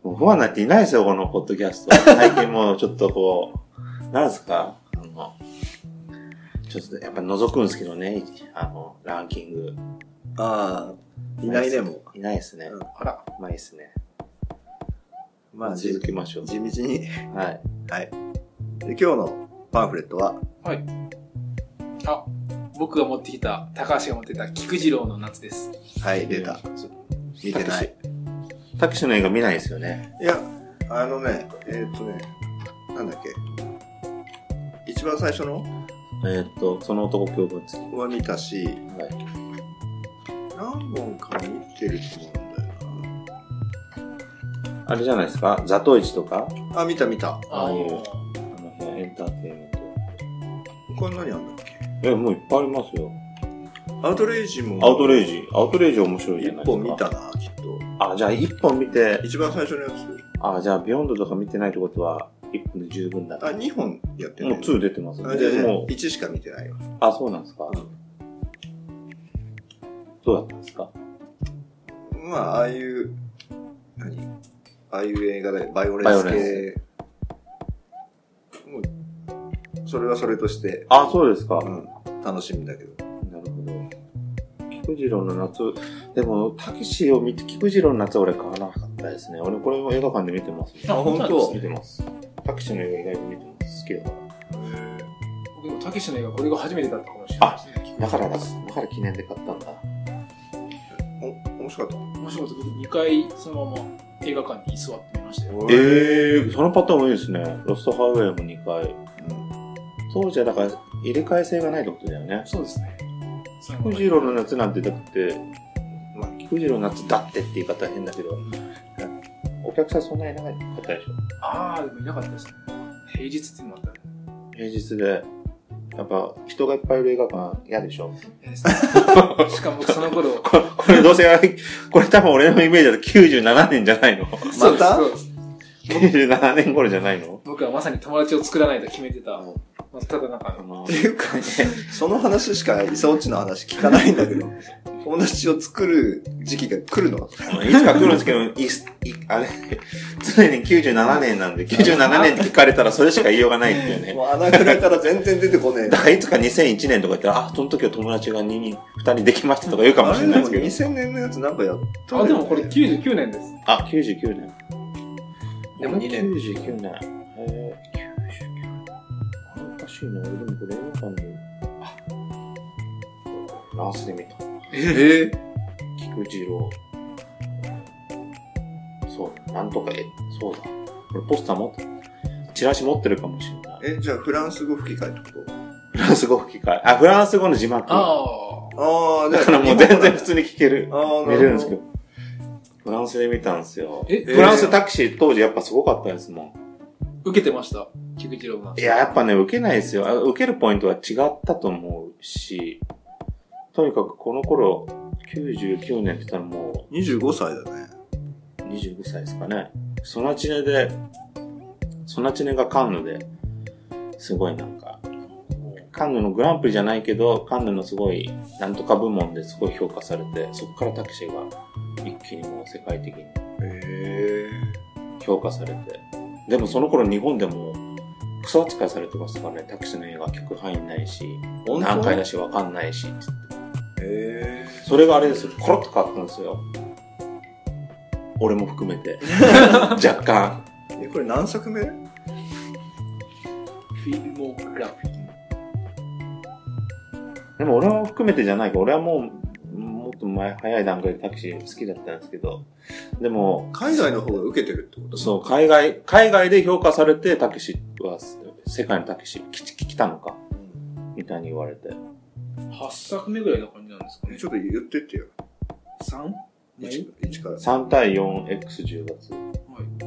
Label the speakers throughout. Speaker 1: もうファンなんていないですよ、このポッドキャスト。最近もうちょっとこう、なんですか、あの、ちょっとやっぱ覗くんですけどね、あの、ランキング。
Speaker 2: ああ、いないね、も
Speaker 1: いないですね。
Speaker 2: うん
Speaker 3: あら、
Speaker 1: まあいいですね。
Speaker 2: う。まあ、じ
Speaker 1: 続
Speaker 2: 地
Speaker 1: きましょう。
Speaker 2: 道に。で
Speaker 1: はい。
Speaker 2: 今日のパンフレットは、
Speaker 3: はい。あ、僕が持ってきた、高橋が持ってた、菊次郎の夏です。
Speaker 2: はい、出た。見てない。
Speaker 1: たけしの映画見ないですよね。
Speaker 2: いや、あのね、えーっとね、なんだっけ。一番最初の
Speaker 1: えーっと、その男共同付
Speaker 2: は見たし、
Speaker 1: はい。
Speaker 2: 何本か見てると思うんだよ
Speaker 1: あれじゃないですか、ザトウイチとか、
Speaker 2: な。あ、見た見た。
Speaker 1: ああいいよ
Speaker 3: も
Speaker 1: あの辺エンターテインメント。
Speaker 2: 他に何あんだっけ
Speaker 1: え、もういっぱいありますよ。
Speaker 2: アウトレイジも。
Speaker 1: アウトレイジ。アウトレイジ面白いじゃ
Speaker 2: 一
Speaker 1: ないです
Speaker 2: 本
Speaker 1: か。
Speaker 2: 見たな、きっと。
Speaker 1: あ、じゃあ一本見て、
Speaker 2: 一番最初のやつ。
Speaker 1: あ、じゃあビヨンドとか見てないってことは、一本で十分だ。
Speaker 2: あ、二本やってん
Speaker 1: もう
Speaker 2: ね。
Speaker 1: 2出てます
Speaker 2: あじゃあじ
Speaker 1: ね。
Speaker 2: ゃあ
Speaker 1: もう、
Speaker 2: 一しか見てないよ。
Speaker 1: あ、そうなんですか。どうだったんですか
Speaker 2: まあ、ああいう、何ああいう映画で、バイオレ
Speaker 1: バイ
Speaker 2: ン
Speaker 1: オ
Speaker 2: ス
Speaker 1: レ
Speaker 2: 系。もう、それはそれとして、
Speaker 1: あ、そうですか。
Speaker 2: うん、楽しみだけど。
Speaker 1: なるほど。菊次郎の夏、でも、たけしを見て、菊次郎の夏は俺買わなかったですね。俺これを映画館で見てます、ね。
Speaker 3: あ本当
Speaker 1: 見てます。たけしの映画意外と見てます。好きだから。
Speaker 3: 僕でも、たけしの映画、これが初めてだったかもしれないですね。
Speaker 1: だからだ、だから記念で買ったんだ。
Speaker 2: お、面白かっ
Speaker 3: 面白かった。僕、2回、そのまま映画館に居座ってみましたよ。
Speaker 2: た。
Speaker 1: え
Speaker 2: え
Speaker 1: ー、そのパターンもいいですね。ロストハイウェイも2回。当時はだから、入れ替え性がないってことだよね。
Speaker 3: そうですね。そのまま
Speaker 1: 菊次郎の夏なんて、だって、まあ、菊次郎の夏だってって言い方は変だけど、お客さんそんなにいなかったでしょ。
Speaker 3: ああ、でもいなかったですね。平日っていうのもあったね
Speaker 1: 平日で、やっぱ人がいっぱいいる映画館嫌でしょ
Speaker 3: 嫌ですね。しかも僕その頃、
Speaker 1: これ、これどうせ、これ多分俺のイメージだと97年じ ゃないの
Speaker 2: また
Speaker 3: そうですそうです
Speaker 1: ?97 年頃じゃないの
Speaker 3: 僕はまさに友達を作らないと決めてた、まあただなんか、
Speaker 1: あの
Speaker 2: っていうか、その話しか、イサオチの話聞かないんだけど、友達を作る時期が来るの
Speaker 1: いつか来るんですけど、いすいあれ、常に97年なんで、97年って聞かれたらそれしか言いようがないんだよね。
Speaker 2: もう穴蔵から全然出てこねえ
Speaker 1: だ。からいつか2001年とか言ったら、あ、その時は友達が2人、2人できましたとか言うかも
Speaker 2: あ
Speaker 1: し
Speaker 2: れ
Speaker 1: れ
Speaker 2: で
Speaker 1: ない
Speaker 2: も
Speaker 1: ですけど。
Speaker 2: 2000年のやつなんかやった
Speaker 3: あ、
Speaker 2: よね
Speaker 3: でもこれ99年です。
Speaker 1: あ、99年。
Speaker 2: でも二年
Speaker 1: 99年。へえ99年。あれおかしいな。俺でもこれ映画館で。あランスで見た。
Speaker 2: ええ
Speaker 1: 菊次郎。そう、なんとか、え、そうだ。これポスター持って、チラシ持ってるかもしれない。
Speaker 2: え、じゃあフランス語吹き替えってこ
Speaker 1: フランス語吹き替え。あ、フランス語の字幕。
Speaker 3: ああ。
Speaker 2: とああ、じゃ
Speaker 1: だ
Speaker 2: あ。
Speaker 1: からもう全然 普通に聞ける。
Speaker 2: ああ、
Speaker 1: 見れるんですけ
Speaker 2: ど。
Speaker 1: ど。フランスで見たんですよ。
Speaker 3: え、
Speaker 2: え
Speaker 1: フランスタクシー当時やっぱすごかったですもん。
Speaker 3: 受けてました菊次郎が。
Speaker 1: いや、やっぱね、受けないですよ。あ受けるポイントは違ったと思うし、とにかくこの頃、99年って言ったらも
Speaker 2: 25歳だね。
Speaker 1: う25歳ですかね。ソナチネで、ソナチネがカンヌですごいなんか、カンヌのグランプリじゃないけど、カンヌのすごい、なんとか部門ですごい評価されて、そこからタクシーが一気にもう世界的に
Speaker 2: え
Speaker 1: 評価されて。でもその頃日本でもクソ扱いされてますからね、タクシーの映画曲入んないし、
Speaker 2: 本当
Speaker 1: 何回だしわかんないし、つって
Speaker 2: ええ
Speaker 1: それがあれですよ、コロッと変わったんですよ。俺も含め て。若干。
Speaker 2: えこれ何作目
Speaker 3: フィルモグラフィー。
Speaker 1: でも俺も含めてじゃないけど、俺はもう、もっと前、早い段階でタクシー好きだったんですけど、でも、
Speaker 2: 海外の方が受けてるってこと
Speaker 1: そう、海外、海外で評価されて、タクシーは、世界のタクシー、きき来たのか、
Speaker 2: うん
Speaker 1: みたいに言われて。
Speaker 3: 8作目ぐらいな感じなんですかね。
Speaker 2: ちょっと言ってってよ
Speaker 3: 3?
Speaker 2: 一一から
Speaker 1: 3対 4X10 月。そ
Speaker 3: は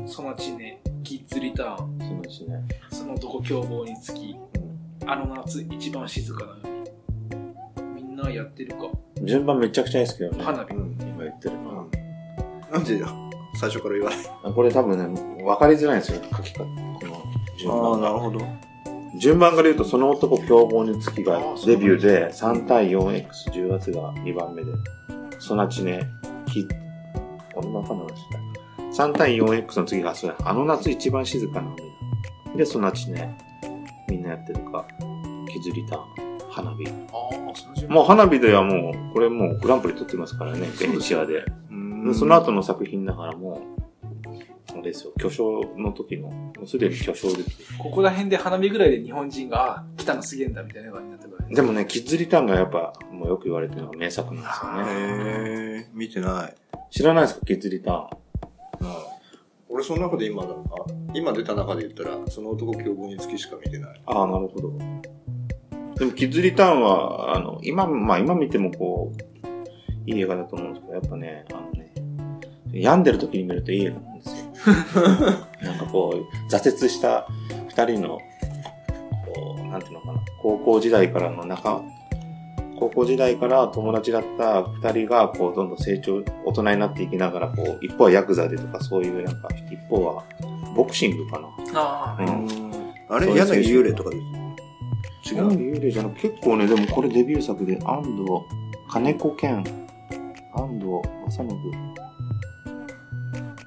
Speaker 3: い。そのちね、キッズリターン、
Speaker 1: のうちね。
Speaker 3: その男凶暴につき、あの夏一番静かな夜みんなやってるか。
Speaker 1: 順番めちゃくちゃいいですけどね。
Speaker 3: 花火。
Speaker 2: うん
Speaker 1: 今言ってるのは。
Speaker 2: なんで最初から言わない
Speaker 1: これ多分ね、わかりづらいんですよ、書き方。この順番が。
Speaker 2: ほど
Speaker 1: 順番から言うと、その男凶暴につきが
Speaker 3: あーそ
Speaker 1: デ
Speaker 3: う
Speaker 1: ビューで、3対 4X10 月が2番目で、ソナチネ、キ俺もわかんない3対 4X の次が、それ、あの夏一番静かな海で、ソナチネ、みんなやってるか、削りた花火。
Speaker 3: ああ、その順
Speaker 1: もう花火ではもう、これもうグランプリ取ってますからね、ベネチアで。でその後の作品だからもう、あれですよ、巨匠の時の、もうすでに巨匠ですよ。
Speaker 3: ここら辺で花火ぐらいで日本人が、あ来たのすげえんだみたいな感じになったぐらい。
Speaker 1: でもね、キッズリターンがやっぱ、もうよく言われてるのが名作なんですよね。
Speaker 2: へえ見てない
Speaker 1: 知らないですか、キッズリターン。
Speaker 2: 俺その中で今なんか今出た中で言ったらその男凶暴につきしか見てない
Speaker 1: ああ、なるほど。でも、キッズリターンは、あの、今、まあ今見てもこう、いい映画だと思うんですけど、やっぱね、あのね、病んでる時に見るといい映画なんですよ。なんかこう、挫折した二人の、こう、なんていうのかな、高校時代からの仲、高校時代から友達だった二人が、こう、どんどん成長、大人になっていきながら、こう、一方はヤクザでとか、そういうなんか、一方はボクシングかな。
Speaker 3: あ
Speaker 1: うん
Speaker 2: あ
Speaker 1: そ
Speaker 2: れ
Speaker 1: うです
Speaker 2: 柳幽霊とかです
Speaker 1: 違う。幽霊じゃなく結構ね、でもこれデビュー作で、安藤、金子健、安藤正信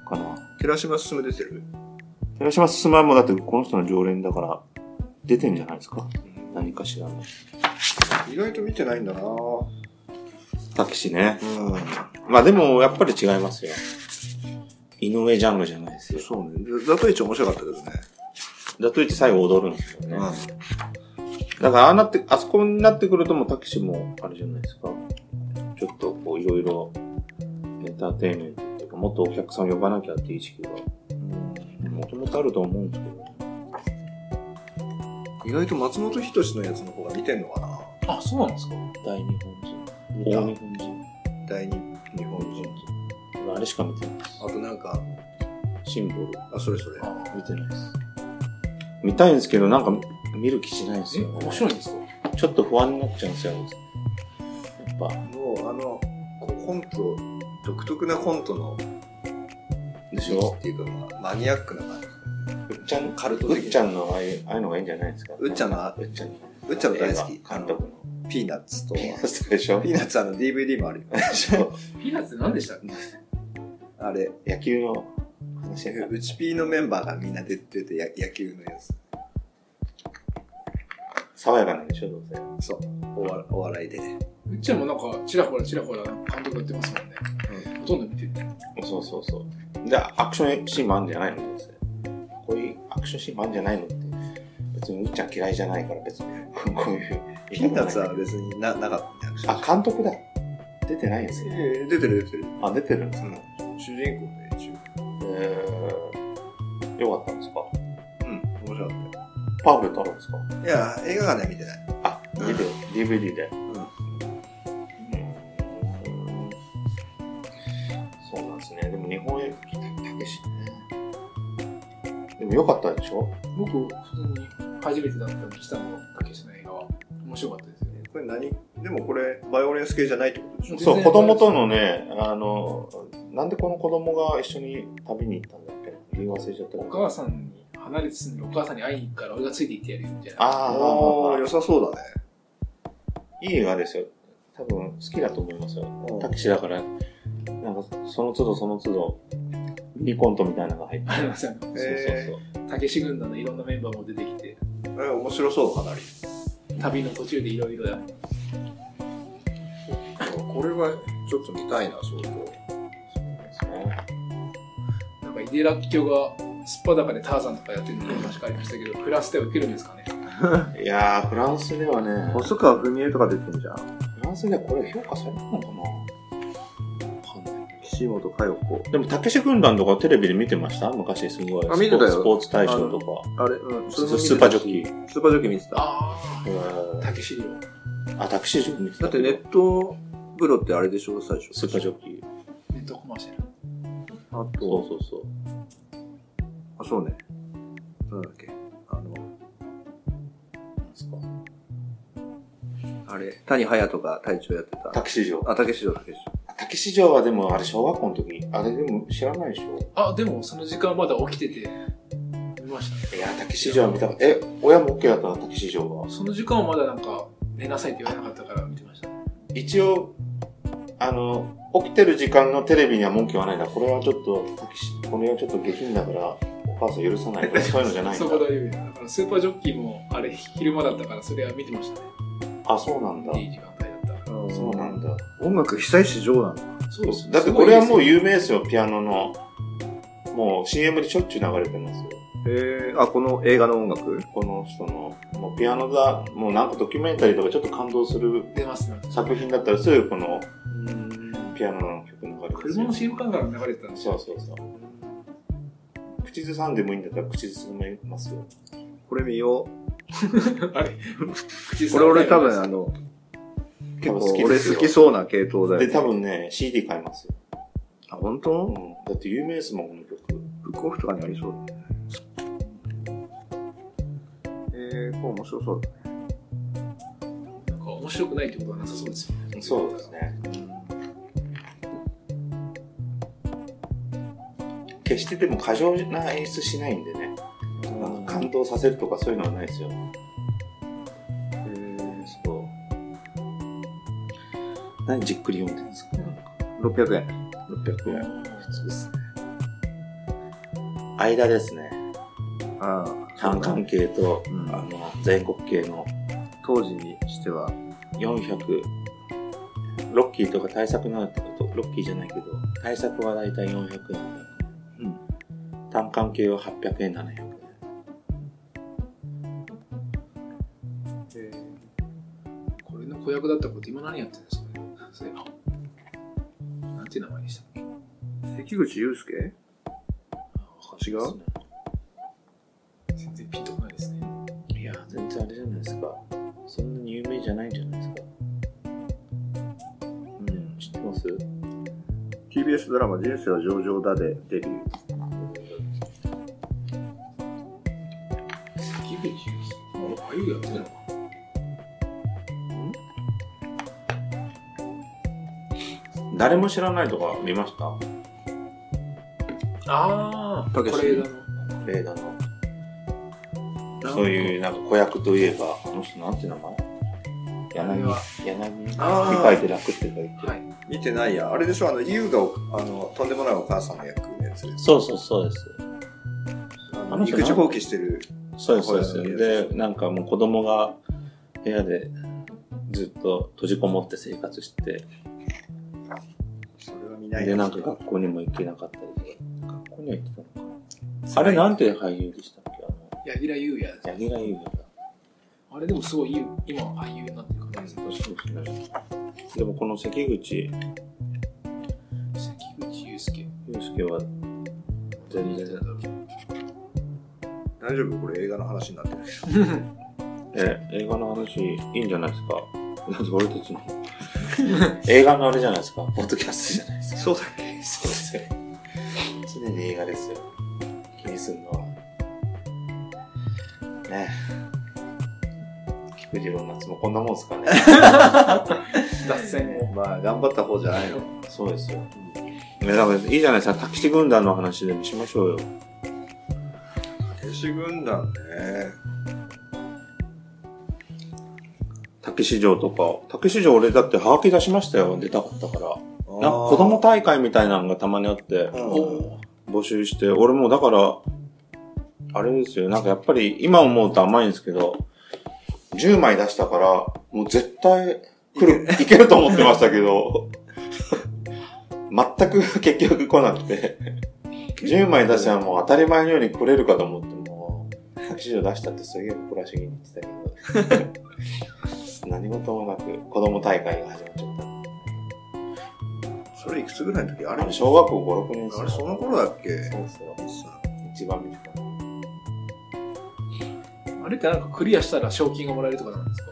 Speaker 1: かな。
Speaker 2: 寺島進出てる
Speaker 1: 寺島進はもうだってこの人の常連だから、出てんじゃないですか何かしらの。
Speaker 2: 意外と見てないんだなう
Speaker 1: タキシね。
Speaker 2: ん
Speaker 1: まあでも、やっぱり違いますよ。井上ジャンルじゃないですよ。
Speaker 2: そうねザトイチ面白かったけどね
Speaker 1: だといち最後踊るんですよね。
Speaker 2: うん
Speaker 1: だから、ああなって、あそこになってくるともうタキシも、あれじゃないですか。ちょっと、こう、いろいろ、エンターテインメントっていうか、もっとお客さんを呼ばなきゃっていう意識が、もともとあると思うんですけど、
Speaker 2: 意外と松本人志のやつの方が見てんのかな
Speaker 3: あ。あ、そうなんですか。
Speaker 1: 大日本人。
Speaker 2: 見た
Speaker 1: 大日本人。
Speaker 2: 第二日本人
Speaker 1: 俺あれしか見てないです。
Speaker 2: あとなんか
Speaker 1: シンボル。
Speaker 2: あそれそれ
Speaker 3: ああ
Speaker 1: 見てないです。見たいんですけど、なんか、見る気しないんです
Speaker 3: え、
Speaker 1: よ、
Speaker 3: 面白いんですか
Speaker 1: ちょっと不安になっちゃうんですよ。やっぱ、
Speaker 2: もうあのこうコント独特なコントの
Speaker 1: でしょ
Speaker 2: っていうか、まあ、マニアックな感じ
Speaker 1: うっちゃん、
Speaker 2: カルト
Speaker 1: う
Speaker 2: 的
Speaker 1: っちゃんのああいう、ああいうのがいいんじゃないですか。
Speaker 2: うっちゃんの
Speaker 1: うっちゃんの。
Speaker 2: うっちゃんの大好き
Speaker 1: 映画監督の。
Speaker 2: ピーナッツとピ
Speaker 1: そうでしょ
Speaker 2: ーナッツあの DVD もあるよ
Speaker 3: ピーナッツって何でしたっけ
Speaker 2: あれ
Speaker 1: 野球の話が
Speaker 2: うちピーのメンバーがみんな出ててや野球のやつ
Speaker 1: 爽やかなんでしょ、どうせ。
Speaker 2: そうおわお笑いでね
Speaker 3: うっちゃんもなんか、ちらほらちらほら監督やってますもんね。ほとんど見てる。
Speaker 1: そうそうそう。で、アクションシーンもあるんじゃないのどうせ。こういうアクションシーンもあるんじゃないのって。別にうっちゃん嫌いじゃないから、別に。こういう。
Speaker 2: ピーナッツは別にななかったね
Speaker 1: あ、監督だ。出てないんです
Speaker 2: え
Speaker 1: ね。
Speaker 2: ー出てる出てる、
Speaker 1: あ、出てるんですね。
Speaker 2: うん、主人公ね一応
Speaker 1: えー、よかったんですか
Speaker 2: うん面白かっ
Speaker 1: パウル太郎ですか
Speaker 2: たよいや映画館では見てない
Speaker 1: あ、ビデオ、DVD で。うん。そうなんですね。でも日本へ来たたけしね。でも良かったでしょ
Speaker 3: 僕、普通に初めてだったんで、北野武の映画は面白かったですよね。
Speaker 2: これ何でもこれバイオレンス系じゃないってことでしょ
Speaker 1: そう、
Speaker 3: 全然
Speaker 1: 子供とのね、あの、なんでこの子供が一緒に旅に行ったんだっけ理由忘れちゃったけ
Speaker 3: お
Speaker 1: ど
Speaker 3: 母さんに離れて住んでるお母さんに会いに行くから俺がついて行ってやるよみたいな。
Speaker 1: あ
Speaker 4: ああ、
Speaker 1: あ
Speaker 4: 良、さそうだね。
Speaker 1: いい映画ですよ。多分好きだと思いますよ。タクシーだから、なんかその都度その都度、ミニコントみたいなのが入って
Speaker 3: ありますよね。
Speaker 1: そうそうそう。
Speaker 3: たけし軍団のいろんなメンバーも出てきて、
Speaker 4: え、面白そう、かなり。
Speaker 3: 旅の途中でいろいろやる。
Speaker 2: これはちょっと見たいな、相当。
Speaker 1: そうね
Speaker 3: なんか、イデラッキョが、すっぱだかでターザンとかやってるの確かありましたけど、フランスでは受けるんですかね。
Speaker 1: いやー、フランスではね、フ
Speaker 2: 細川文江とか出てんじゃん。
Speaker 1: ランスではこれ評価されたのかなわかんないけど
Speaker 2: 岸本佳代子。
Speaker 1: でも、たけし軍団とかテレビで見てました昔すごい。
Speaker 2: あ見てたよ
Speaker 1: スポーツスポーツ大賞とか。
Speaker 2: あれ、うん。それも見てたし
Speaker 1: スーパージョッキー。
Speaker 2: スーパージョッキー見てた。
Speaker 3: ああ、たけし寮。
Speaker 1: あ、タクシージョッキー見てた。
Speaker 2: だってネット風呂ってあれでしょ、最初。
Speaker 1: スーパージョッキー。
Speaker 3: ネットコマーシャル。
Speaker 2: あ
Speaker 1: そ
Speaker 2: と
Speaker 1: う、そうそう。
Speaker 2: あ、そうね。なんだっけ。あの、
Speaker 1: なんですか
Speaker 2: あれ、谷隼とか隊長やって
Speaker 1: タ
Speaker 2: た。
Speaker 1: クシー城。
Speaker 2: あ、竹城竹城。
Speaker 1: 竹市場はでも、あれ、小学校の時、あれでも知らないでしょ
Speaker 3: あ、でも、その時間まだ起きてて、見ましたね。
Speaker 1: いや、竹市場は見たかった。え、親も OK だったの竹市場は。
Speaker 3: その時間はまだなんか、寝なさいって言われなかったから見てました。
Speaker 1: 一応、あの、起きてる時間のテレビには文句はないな。これはちょっと、タキシこれはちょっと下品だから、お母さん許さ ないから、そういうのじゃないん
Speaker 3: そ
Speaker 1: だ
Speaker 3: こ。大丈夫だから、スーパージョッキーも、あれ、昼間だったから、それは見てましたね。
Speaker 1: あ、そうなんだ。
Speaker 3: いい時間帯だったか
Speaker 1: そうなんだ。
Speaker 2: 音楽久石譲なの
Speaker 3: ら。そうです
Speaker 1: だってこれはもう
Speaker 3: う。
Speaker 1: 有名ですよ、ピアノの。もう CM でしょっちゅう流れてますよ。
Speaker 2: へえ、あ、この映画の音楽
Speaker 1: この人の、もうピアノだ、もうなんかドキュメンタリーとかちょっと感動する
Speaker 3: 出ますね。
Speaker 1: 作品だったらすぐこのピアノの曲流れて
Speaker 3: 車の CM 感が流れてたんです
Speaker 1: そ
Speaker 3: よ。
Speaker 1: うそうそう。口ずさんでもいいんだったら口ずさめますよ。
Speaker 2: これ見よう。
Speaker 3: あれ口
Speaker 2: これ俺多分あの、
Speaker 1: 結構好きで
Speaker 2: 俺
Speaker 1: すよ。
Speaker 2: 好きそうな系統だ
Speaker 1: で、
Speaker 2: よ。
Speaker 1: 多分ね、CD 買いますよ。
Speaker 2: あ、本
Speaker 1: うん
Speaker 2: 当？。
Speaker 1: だって有名ですもん、この曲。
Speaker 2: ブックオフとかにありそうだね。えー、こう面白そうだ
Speaker 3: なんか面白くないってことはなさそうですよね。
Speaker 1: そうです。ね。決してでも過剰な演出しないんでね。なんか感動させるとかそういうのはないですよ。そう。何じっくり読んでるんですか
Speaker 2: 600円。
Speaker 1: ?600 円。そうですね。間ですね。
Speaker 2: ああ、
Speaker 1: 単関系と、
Speaker 2: うん
Speaker 1: あの、全国系の
Speaker 2: 当時にしては、
Speaker 1: 400。ロッキーとか対策なんてこと、ロッキーじゃないけど、対策はだいたい400円。単関系は800円、700円。
Speaker 2: えー
Speaker 3: これの子役だったこと今何やってるんですかねそういうの。なんていう名前でしたっけ
Speaker 2: 関口祐介違う
Speaker 3: 全然ピンとこないですね。
Speaker 1: いや、全然あれじゃないですか。そんなに有名じゃないんじゃないですか。
Speaker 2: うん。
Speaker 1: 知ってます
Speaker 2: TBS ドラマ人生は上々だでデビュー。
Speaker 3: 関口祐希。ああいうやってるのか。
Speaker 1: 誰も知らないとか見ました
Speaker 3: ああ、
Speaker 2: たけし
Speaker 3: これだの。
Speaker 1: レーダの。そういう、なんか子役といえば、あの人なんて名前
Speaker 3: あれは
Speaker 1: 柳、柳、
Speaker 2: あー
Speaker 1: 世界で楽って書いて。
Speaker 3: はい。
Speaker 4: 見てないや。あれでしょ、あの、優が、あの、とんでもないお母さんの役のやつです。
Speaker 1: そうそうそうです。
Speaker 4: あ
Speaker 1: あ
Speaker 4: の
Speaker 1: の人
Speaker 4: 育
Speaker 1: な
Speaker 4: 児放棄してる。
Speaker 1: そうです、そうです
Speaker 4: はいはいはい
Speaker 1: で、なんかもう子供が部屋でずっと閉じこもって生活して、
Speaker 4: それは見ない
Speaker 1: で、なんか学校にも行けなかったりとか、学校には行ってたのかな。あれなんて俳優でしたっけあ
Speaker 3: 柳楽優弥です。
Speaker 1: の、柳楽優弥だ。
Speaker 3: あれでもすごいいい今俳優になってる感じですね。
Speaker 1: そうですね。でもこの関口
Speaker 3: 関口祐介。
Speaker 1: 祐介は全然、
Speaker 4: 大丈夫これ映画の話になってる。
Speaker 1: え、映画の話いいんじゃないですか だって俺たちの。映画のあれじゃないですかポッドキャストじゃないですか
Speaker 4: そうだっ
Speaker 1: けそうですよ。常に映画ですよ。気にするのは。ね菊次郎の夏もこんなもんですかね。
Speaker 3: 脱線を。
Speaker 2: まあ、頑張った方じゃないの。
Speaker 1: そうですよ。ね、だからいいじゃないですか。タクシー軍団の話でもしましょうよ。
Speaker 4: た。
Speaker 2: 士軍団ね。
Speaker 1: たけし城とか。たけし城俺だってハガキ出しましたよ。出たかったから。なんか子供大会みたいなのがたまにあって、
Speaker 2: うん
Speaker 3: お
Speaker 1: 募集して、俺もだから、あれですよ。なんかやっぱり今思うと甘いんですけど、10枚出したから、もう絶対来る、いけると思ってましたけど、全く結局来なくて、10枚出したらもう当たり前のように来れるかと思って、もう、タクシー出したってすげえ誇らしげに言ってたけ ど、何事もなく子供大会が始まっちゃっ
Speaker 2: それいくつぐらいの時あ
Speaker 1: た。あ
Speaker 2: れ
Speaker 1: れ小学校5、6年生。
Speaker 2: あれその頃だっけ
Speaker 1: そうそう。一番短い。
Speaker 3: あれってなんかクリアしたら賞金がもらえるとかなんですか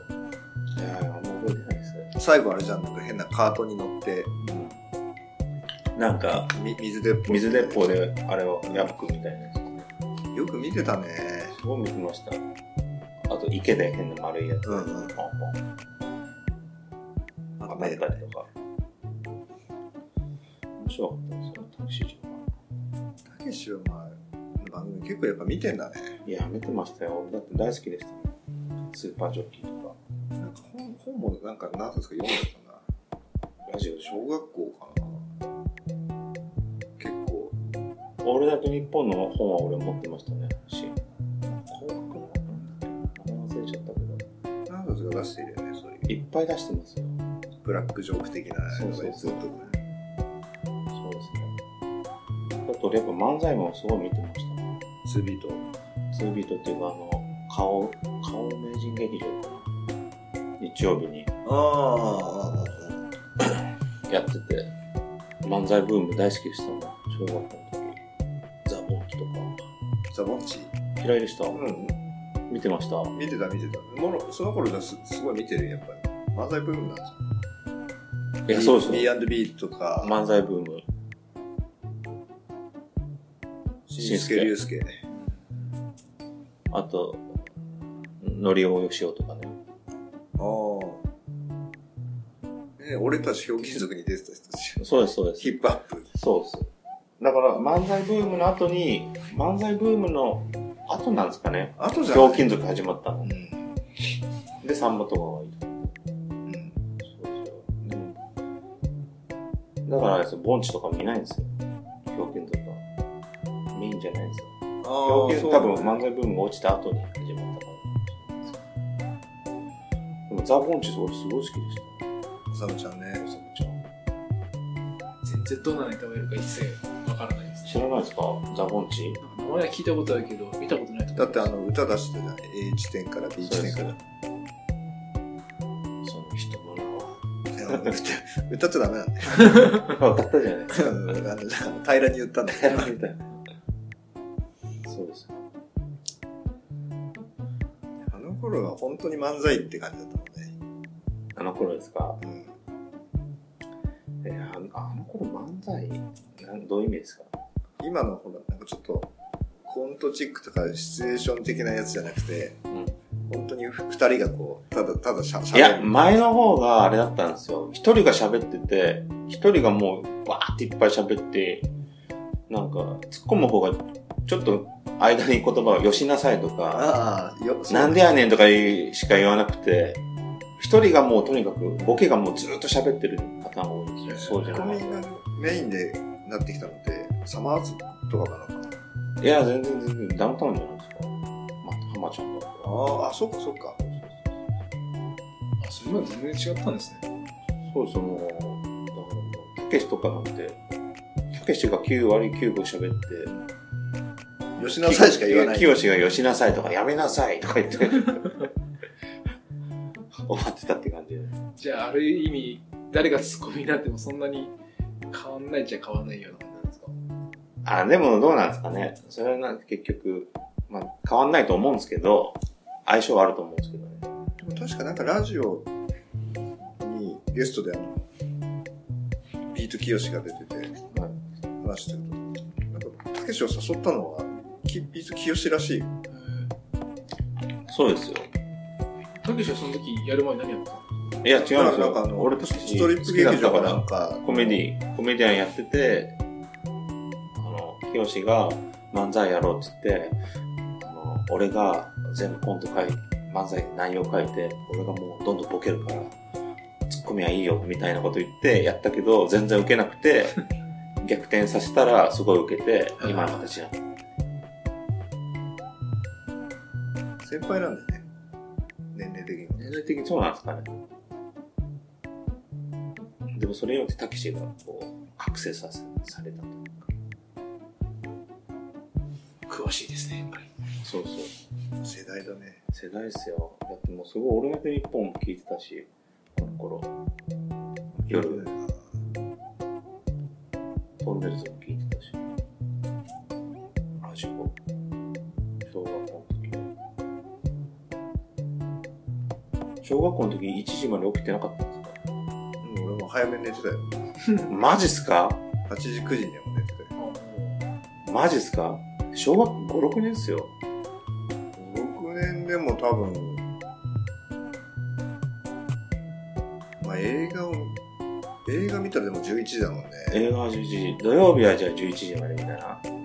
Speaker 1: いやー、あんま覚えてないですね。
Speaker 2: 最後あれじゃん、なんか変なカートに乗って、
Speaker 1: なんか、
Speaker 2: み水鉄砲。
Speaker 1: 水鉄砲であれを破くみたいなやつ。
Speaker 2: よく見てたね。
Speaker 1: すごい見てました。あと、池で変な丸いやつ。
Speaker 2: うんうん
Speaker 1: ポンポン
Speaker 2: なん
Speaker 1: 当
Speaker 2: か
Speaker 1: たっ
Speaker 2: ね
Speaker 1: たりとか。面白かったですよ、タクシー
Speaker 2: たけしはまあ、番組結構やっぱ見てんだね。
Speaker 1: いや、見てましたよ。俺だって大好きでしたもん。スーパージョッキーとか、
Speaker 2: なんか本本もなんか何冊か読んでたな。
Speaker 1: ラジオでしょ。
Speaker 2: 小学校かな。結構、
Speaker 1: オールナイトニッポンの本は俺持ってましたね。し、紅白の本名前忘れちゃったけど、
Speaker 2: 何冊か出しているよね、そういう。
Speaker 1: いっぱい出してますよ。
Speaker 2: ブラックジョーク的な
Speaker 1: そうそうそう
Speaker 2: やつとかね
Speaker 1: そうですね。あと、やっぱ漫才もすごい見てましたね。
Speaker 2: ツービート。
Speaker 1: ツービートっていうか、あの、顔、顔名人劇場かな。日曜日に
Speaker 2: あ
Speaker 1: やってて、漫才ブーム大好きでしたもん。小学校の時。ザ・ボーキと
Speaker 2: あ、ザ・ボンチ。
Speaker 1: か。嫌いでした、
Speaker 2: うん。
Speaker 1: 見てました
Speaker 2: 見てた見てた。もろその頃だすすごい見てる、やっぱり。漫才ブームなんじゃん。
Speaker 1: いや、そうですよ。
Speaker 2: B&B とか、
Speaker 1: 漫才ブーム。
Speaker 2: 新助竜介。
Speaker 1: あと、のりおよしおとかね。
Speaker 2: ああ。ね俺たちひょうきん族に出てた人たち。
Speaker 1: そうです、そうです。
Speaker 2: ヒップアップ。
Speaker 1: そうです。だから漫才ブームの後に、漫才ブームの後なんですかね。
Speaker 2: あとじゃ
Speaker 1: ひょう
Speaker 2: ない
Speaker 1: きん族始まったの
Speaker 2: う。ん。
Speaker 1: で、さんまとかがいい。
Speaker 2: うん。
Speaker 1: そうそう。でも、だからあれですよ、盆地とか見ないんですよ。ひょうきん族は。メインじゃないんですよ。
Speaker 2: ああ、
Speaker 1: ひょうきん、
Speaker 2: そう
Speaker 1: 多分漫才ブームが落ちた後に始まったから。でも、ザ・ボンチ俺すごい好きでした。
Speaker 2: サムちゃんね。
Speaker 1: おさむちゃん
Speaker 3: 全然どんなネタをやるか一切わからないです
Speaker 1: 知らないですかザ・ボンチ
Speaker 3: なんか名前は聞いたことあるけど見たことないと
Speaker 2: だっ
Speaker 3: 思います
Speaker 2: てあの、歌出してたじゃん。A 地点から B 地点から。
Speaker 1: その人の名
Speaker 2: い
Speaker 1: は。
Speaker 2: や歌歌っちゃダメなんだよ。
Speaker 1: 分かったじゃ
Speaker 2: う
Speaker 1: ない
Speaker 2: んあの、だから平らに言ったんだよ。
Speaker 1: みたいな。そうですよ。
Speaker 2: あの頃は本当に漫才って感じだったもんね。
Speaker 1: あの頃ですか
Speaker 2: うん。
Speaker 1: えーあのあの頃漫才なんどういう意味ですか
Speaker 2: 今のほら、なんかちょっと、コントチックとかシチュエーション的なやつじゃなくて、
Speaker 1: うん
Speaker 2: 本当に二人がこう、ただただしゃし
Speaker 1: い
Speaker 2: ゃ
Speaker 1: や、
Speaker 2: べる。
Speaker 1: 前の方があれだったんですよ。一人が喋ってて、一人がもう、わーっていっぱい喋って、なんか、突っ込む方が、ちょっと間に言葉をよしなさいとか、
Speaker 2: ああ、よ、そう
Speaker 1: なんでやねんとかいうしか言わなくて、一人がもうとにかく、ボケがもうずっと喋ってるパターンが多いんですよ。そうじゃな
Speaker 2: 国
Speaker 1: い。
Speaker 2: 民がメインでなってきたのって、サマーズとかなのかな。
Speaker 1: いや、全然全然、ダウンタウンじゃないですか。まあ、浜ちゃんだとか。
Speaker 2: ああ、そっかそっか。
Speaker 3: あそれまで全然違ったんですね
Speaker 1: そうそう、もう、だからもう、たけしとかなんて、たけしが9割9分喋って、
Speaker 2: よしなさいしか言わない。
Speaker 1: きよしがよしなさいとか、やめなさいとか言 って。終わってたって感じで。
Speaker 3: じゃあある意味誰がツッコミになってもそんなに変わんないっちゃ変わんないような感じなんですか
Speaker 1: あ、でもどうなんですかね。それはなんか結局、まあ変わんないと思うんですけど、相性はあると思うんですけどね。
Speaker 2: でも確かなんかラジオにゲストであの、ビートきよしが出てて、
Speaker 1: はい
Speaker 2: 話してると。なんか、たけしを誘ったのは、きビートきよしらしい。
Speaker 1: そうですよ。
Speaker 3: たけしはその時やる前に何やってたの
Speaker 1: いや、違うんです
Speaker 2: だからなん
Speaker 1: よ
Speaker 2: かあ。の、
Speaker 1: 俺と
Speaker 2: ストリップ劇場かなんか、
Speaker 1: コメディ、コメディアンやってて、あの、きよしが漫才やろうって言って、あの、俺が全部コント書い漫才内容書いて、俺がもうどんどんボケるから、ツッコミはいいよ、みたいなこと言ってやったけど、全然受けなく て、逆転させたらすごい受けて、今の形なの。
Speaker 2: 先輩なんだよね。年齢的には。
Speaker 1: 年齢的にそうなんですかね。でもそれによってたけしがこう、覚醒させ、されたと。
Speaker 3: 詳しいですね、やっぱり。
Speaker 1: そうそう。
Speaker 2: 世代だね。
Speaker 1: 世代ですよ。だってもうすごい、俺だけ日本も聞いてたし、この頃、夜、トンネルズも聞いてたし、ラジオ、小学校の時。小学校の時1時まで起きてなかったんですか
Speaker 2: うん、俺も早めに寝てたよ。
Speaker 1: マジっすか
Speaker 2: 8時、9時にはもう寝てたよ。
Speaker 1: マジっすか小学校5、6年っすよ。
Speaker 2: 6年でも多分、まあ映画を、映画見たらでも11時だもんね。
Speaker 1: 映画は11時、土曜日はじゃあ11時までみたいな。
Speaker 2: だ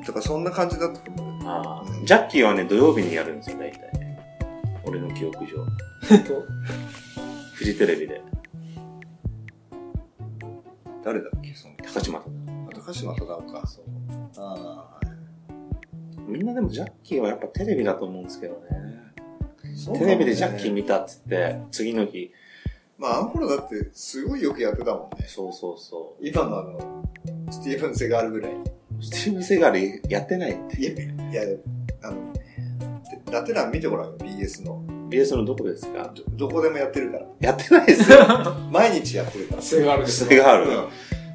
Speaker 2: からそんな感じだったと思うよ。
Speaker 1: あ
Speaker 2: う
Speaker 1: ー
Speaker 2: ん
Speaker 1: ジャッキーはね、土曜日にやるんですよ、大体ね。俺の記憶上。フジテレビで。
Speaker 2: 誰だっけその、
Speaker 1: 高島忠
Speaker 2: 高島忠夫か。あ
Speaker 1: みんなでもジャッキーはやっぱテレビだと思うんですけどね。
Speaker 2: あ、
Speaker 1: テレビでジャッキー
Speaker 2: 見
Speaker 1: 見たっつって、次の日。
Speaker 2: まああの頃だってすごいよくやってたもんね。
Speaker 1: そうそうそ
Speaker 2: 今のあの、スティーブン・セガールぐらい。
Speaker 1: う。スティーブン・セガールやってないって。
Speaker 2: いや、いや、あの、てラテラン見てごらんよ、BS の。
Speaker 1: BS のどこですか
Speaker 2: どどこでもやってるから。
Speaker 1: やってないです よ。
Speaker 2: 毎日やってるから。
Speaker 3: 性があるです
Speaker 1: セ
Speaker 3: ね。
Speaker 1: ガー
Speaker 2: うん
Speaker 1: ル。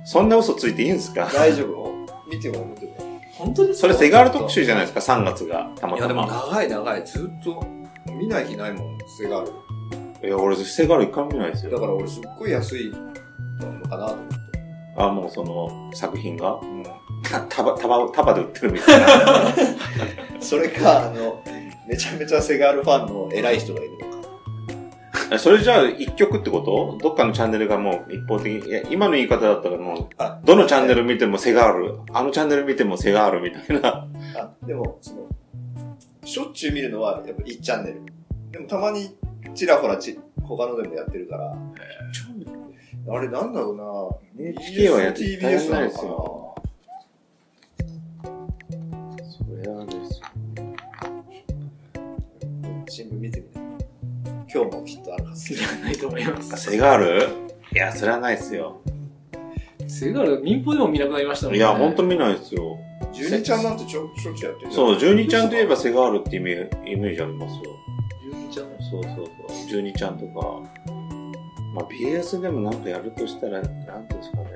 Speaker 1: そんな嘘ついていいんですか
Speaker 2: 大丈夫見ても見ても。
Speaker 3: 本当です
Speaker 1: そ
Speaker 3: か
Speaker 1: れセガール特集じゃないですか、3月が。たま
Speaker 2: いや、
Speaker 1: た
Speaker 2: でも
Speaker 1: ま。
Speaker 2: 長い長い、ずっと見ない日ないもん、セガール。
Speaker 1: いや、俺、セガール一回も見ないです
Speaker 2: だ
Speaker 1: よ。
Speaker 2: から俺すっごい安いのかなと思って。
Speaker 1: あ、もうその、作品が
Speaker 2: うん
Speaker 1: た、束、束、束で売ってるみたいな。
Speaker 2: それか、あの、めちゃめちゃセガールファンの偉い人がいるのか。
Speaker 1: えそれじゃあ、一曲ってことどっかのチャンネルがもう一方的に、いや、今の言い方だったらも
Speaker 2: あ
Speaker 1: う、どのチャンネル見てもセガール、あのチャンネル見てもセガールみたいな。
Speaker 2: あ、でも、その、しょっちゅう見るのはやっぱ1チャンネル。でもたまにちらほらち、他のでもやってるから、あれなんだろうな
Speaker 1: NHK はやってた
Speaker 2: TBS な
Speaker 1: らない
Speaker 2: の
Speaker 1: です
Speaker 2: かな
Speaker 1: よそれはですよ。
Speaker 2: 新聞見てみて。今日もきっとあるはず。
Speaker 3: ないと思います。
Speaker 1: セガールいや、それはないですよ。
Speaker 3: セガール、民放でも見なくなりましたもん
Speaker 1: い
Speaker 3: ね。
Speaker 1: や、ほんと
Speaker 3: に。
Speaker 1: 見ないですよ。
Speaker 2: 12ちゃんなんてちょしょっちゅうやってるよ
Speaker 1: そう、12ちゃんといえばセガールってイメイメージありますよ。
Speaker 3: 12ちゃんも
Speaker 1: そうそうそう。12ちゃんとか。まあ、BS でもなんかやるとしたら、なんていうんですかね。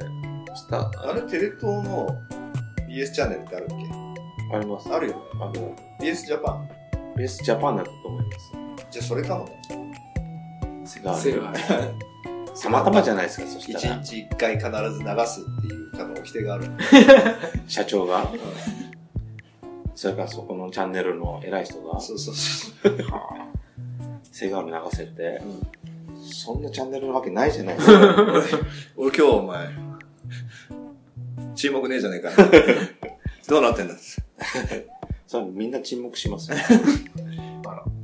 Speaker 1: スタ
Speaker 2: あれテレ東の BS チャンネルってあるっけ
Speaker 1: あります。
Speaker 2: あるよね。
Speaker 1: あの、
Speaker 2: BS ジャパン。
Speaker 1: ベースジャパンだったと思います。
Speaker 2: じゃあそれかもね。
Speaker 1: セガ
Speaker 3: セ
Speaker 1: ール。
Speaker 3: ガール。
Speaker 1: たまたまじゃないですか、そ
Speaker 2: 一
Speaker 1: したら。
Speaker 2: 日一回必ず流すっていう多分掟があるんだ
Speaker 1: 社長が。それからそこのチャンネルの偉い人が、
Speaker 2: そうそう そう。
Speaker 1: セガール流せて、
Speaker 2: う
Speaker 1: そんなチャンネルのわけない じゃないですか。
Speaker 2: 俺今日お前、沈黙ねえじゃねえ かよ。どうなってんだ
Speaker 1: それみんな沈黙し ますよ。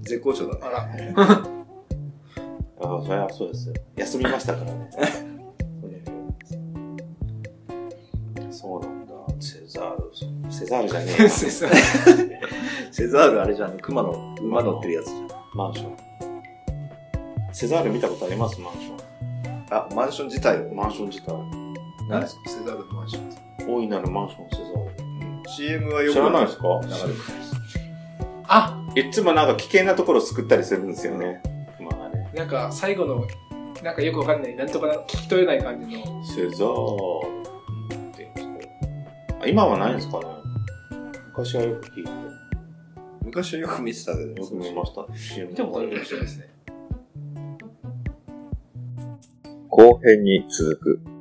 Speaker 2: 絶好調だね。
Speaker 3: あ ら。
Speaker 1: ああ、それはそうですよ。休みましたからね。そうなんだ。セザール、セザールじゃねえよ
Speaker 3: セガー
Speaker 2: セザールあれじゃん、熊の、馬乗ってるやつじゃん。
Speaker 1: マンション。セザール見たことありますマンショ
Speaker 2: あ、マンション自体
Speaker 1: ン。
Speaker 2: を。
Speaker 1: マンション自体。
Speaker 2: 何ですかセザールのマンションって。
Speaker 1: 大いなるマンションセザール。
Speaker 2: CM はよく
Speaker 1: 知らないですか
Speaker 2: 流れてくる
Speaker 3: ルあ、
Speaker 1: いつもなんか危険なところを救ったりするんですよね。まあね。
Speaker 3: なんか最後の、なんかよくわかんない、なんとかな聞き取れない感じの。
Speaker 1: セザールって言うんですかあ今はないんですかね昔はよく聞いて、
Speaker 2: 昔はよく見てたけどね
Speaker 1: よく見ました。
Speaker 3: 見たことあるかもしれないですね。
Speaker 4: 後編に続く。